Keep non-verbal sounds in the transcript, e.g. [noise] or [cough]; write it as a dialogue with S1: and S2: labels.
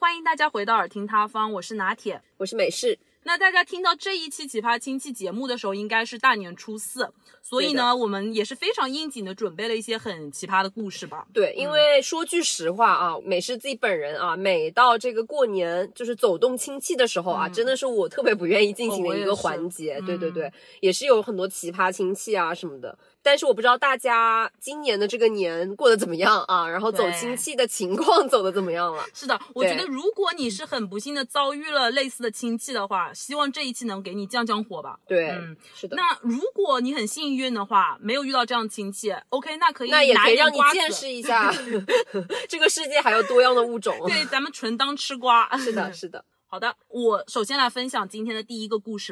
S1: 欢迎大家回到耳听他方，我是拿铁。
S2: 我是美式，
S1: 那大家听到这一期奇葩亲戚节目的时候，应该是大年初四，所以呢，我们也是非常应景的准备了一些很奇葩的故事吧。
S2: 对，因为说句实话啊，美式自己本人啊，每到这个过年就是走动亲戚的时候啊，真的是我特别不愿意进
S1: 嗯
S2: 行
S1: 哦我
S2: 的
S1: 也
S2: 一
S1: 是
S2: 个环节。对对
S1: 嗯
S2: 对，也是有很多奇葩亲戚啊什么的。但是我不知道大家今年的这个年过得怎么样啊，然后走
S1: 对
S2: 亲戚的情况 [laughs] 走得怎么样了？
S1: 是的，我觉得如果你是很不幸的遭遇了类似的亲戚的话，希望这一期能给你降降火吧。
S2: 对，
S1: 嗯
S2: 是的。
S1: 那如果你很幸运的话，没有遇到这样的亲戚，OK，那可以
S2: 那也
S1: 拿
S2: 可
S1: 一
S2: 以
S1: 点
S2: 让你
S1: 瓜
S2: 见
S1: 子
S2: 识一下 [laughs] 这个世界还有多样的物种。
S1: 对，咱们纯当吃瓜。 [laughs]
S2: 是的，是的，
S1: 好的，我首先来分享今天的第一个故事